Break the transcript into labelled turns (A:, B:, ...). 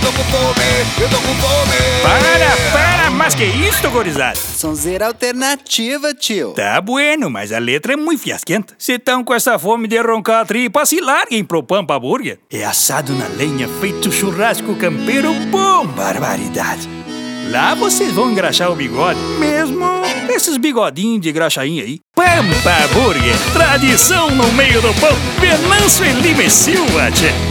A: tô com fome, eu tô com fome.
B: Para, para, mas que isto, gorizada?
C: Sonzeira alternativa, tio.
B: Tá bueno, mas a letra é muito fiasquenta. Se tão com essa fome de roncar a tripa, se larguem pro Pampa Burger. É assado na lenha, feito churrasco campeiro, bom, barbaridade. Lá vocês vão engraxar o bigode, mesmo esses bigodinhos de graxainha aí. Pampa Burger, tradição no meio do pão. Venâncio e Silva, tchê.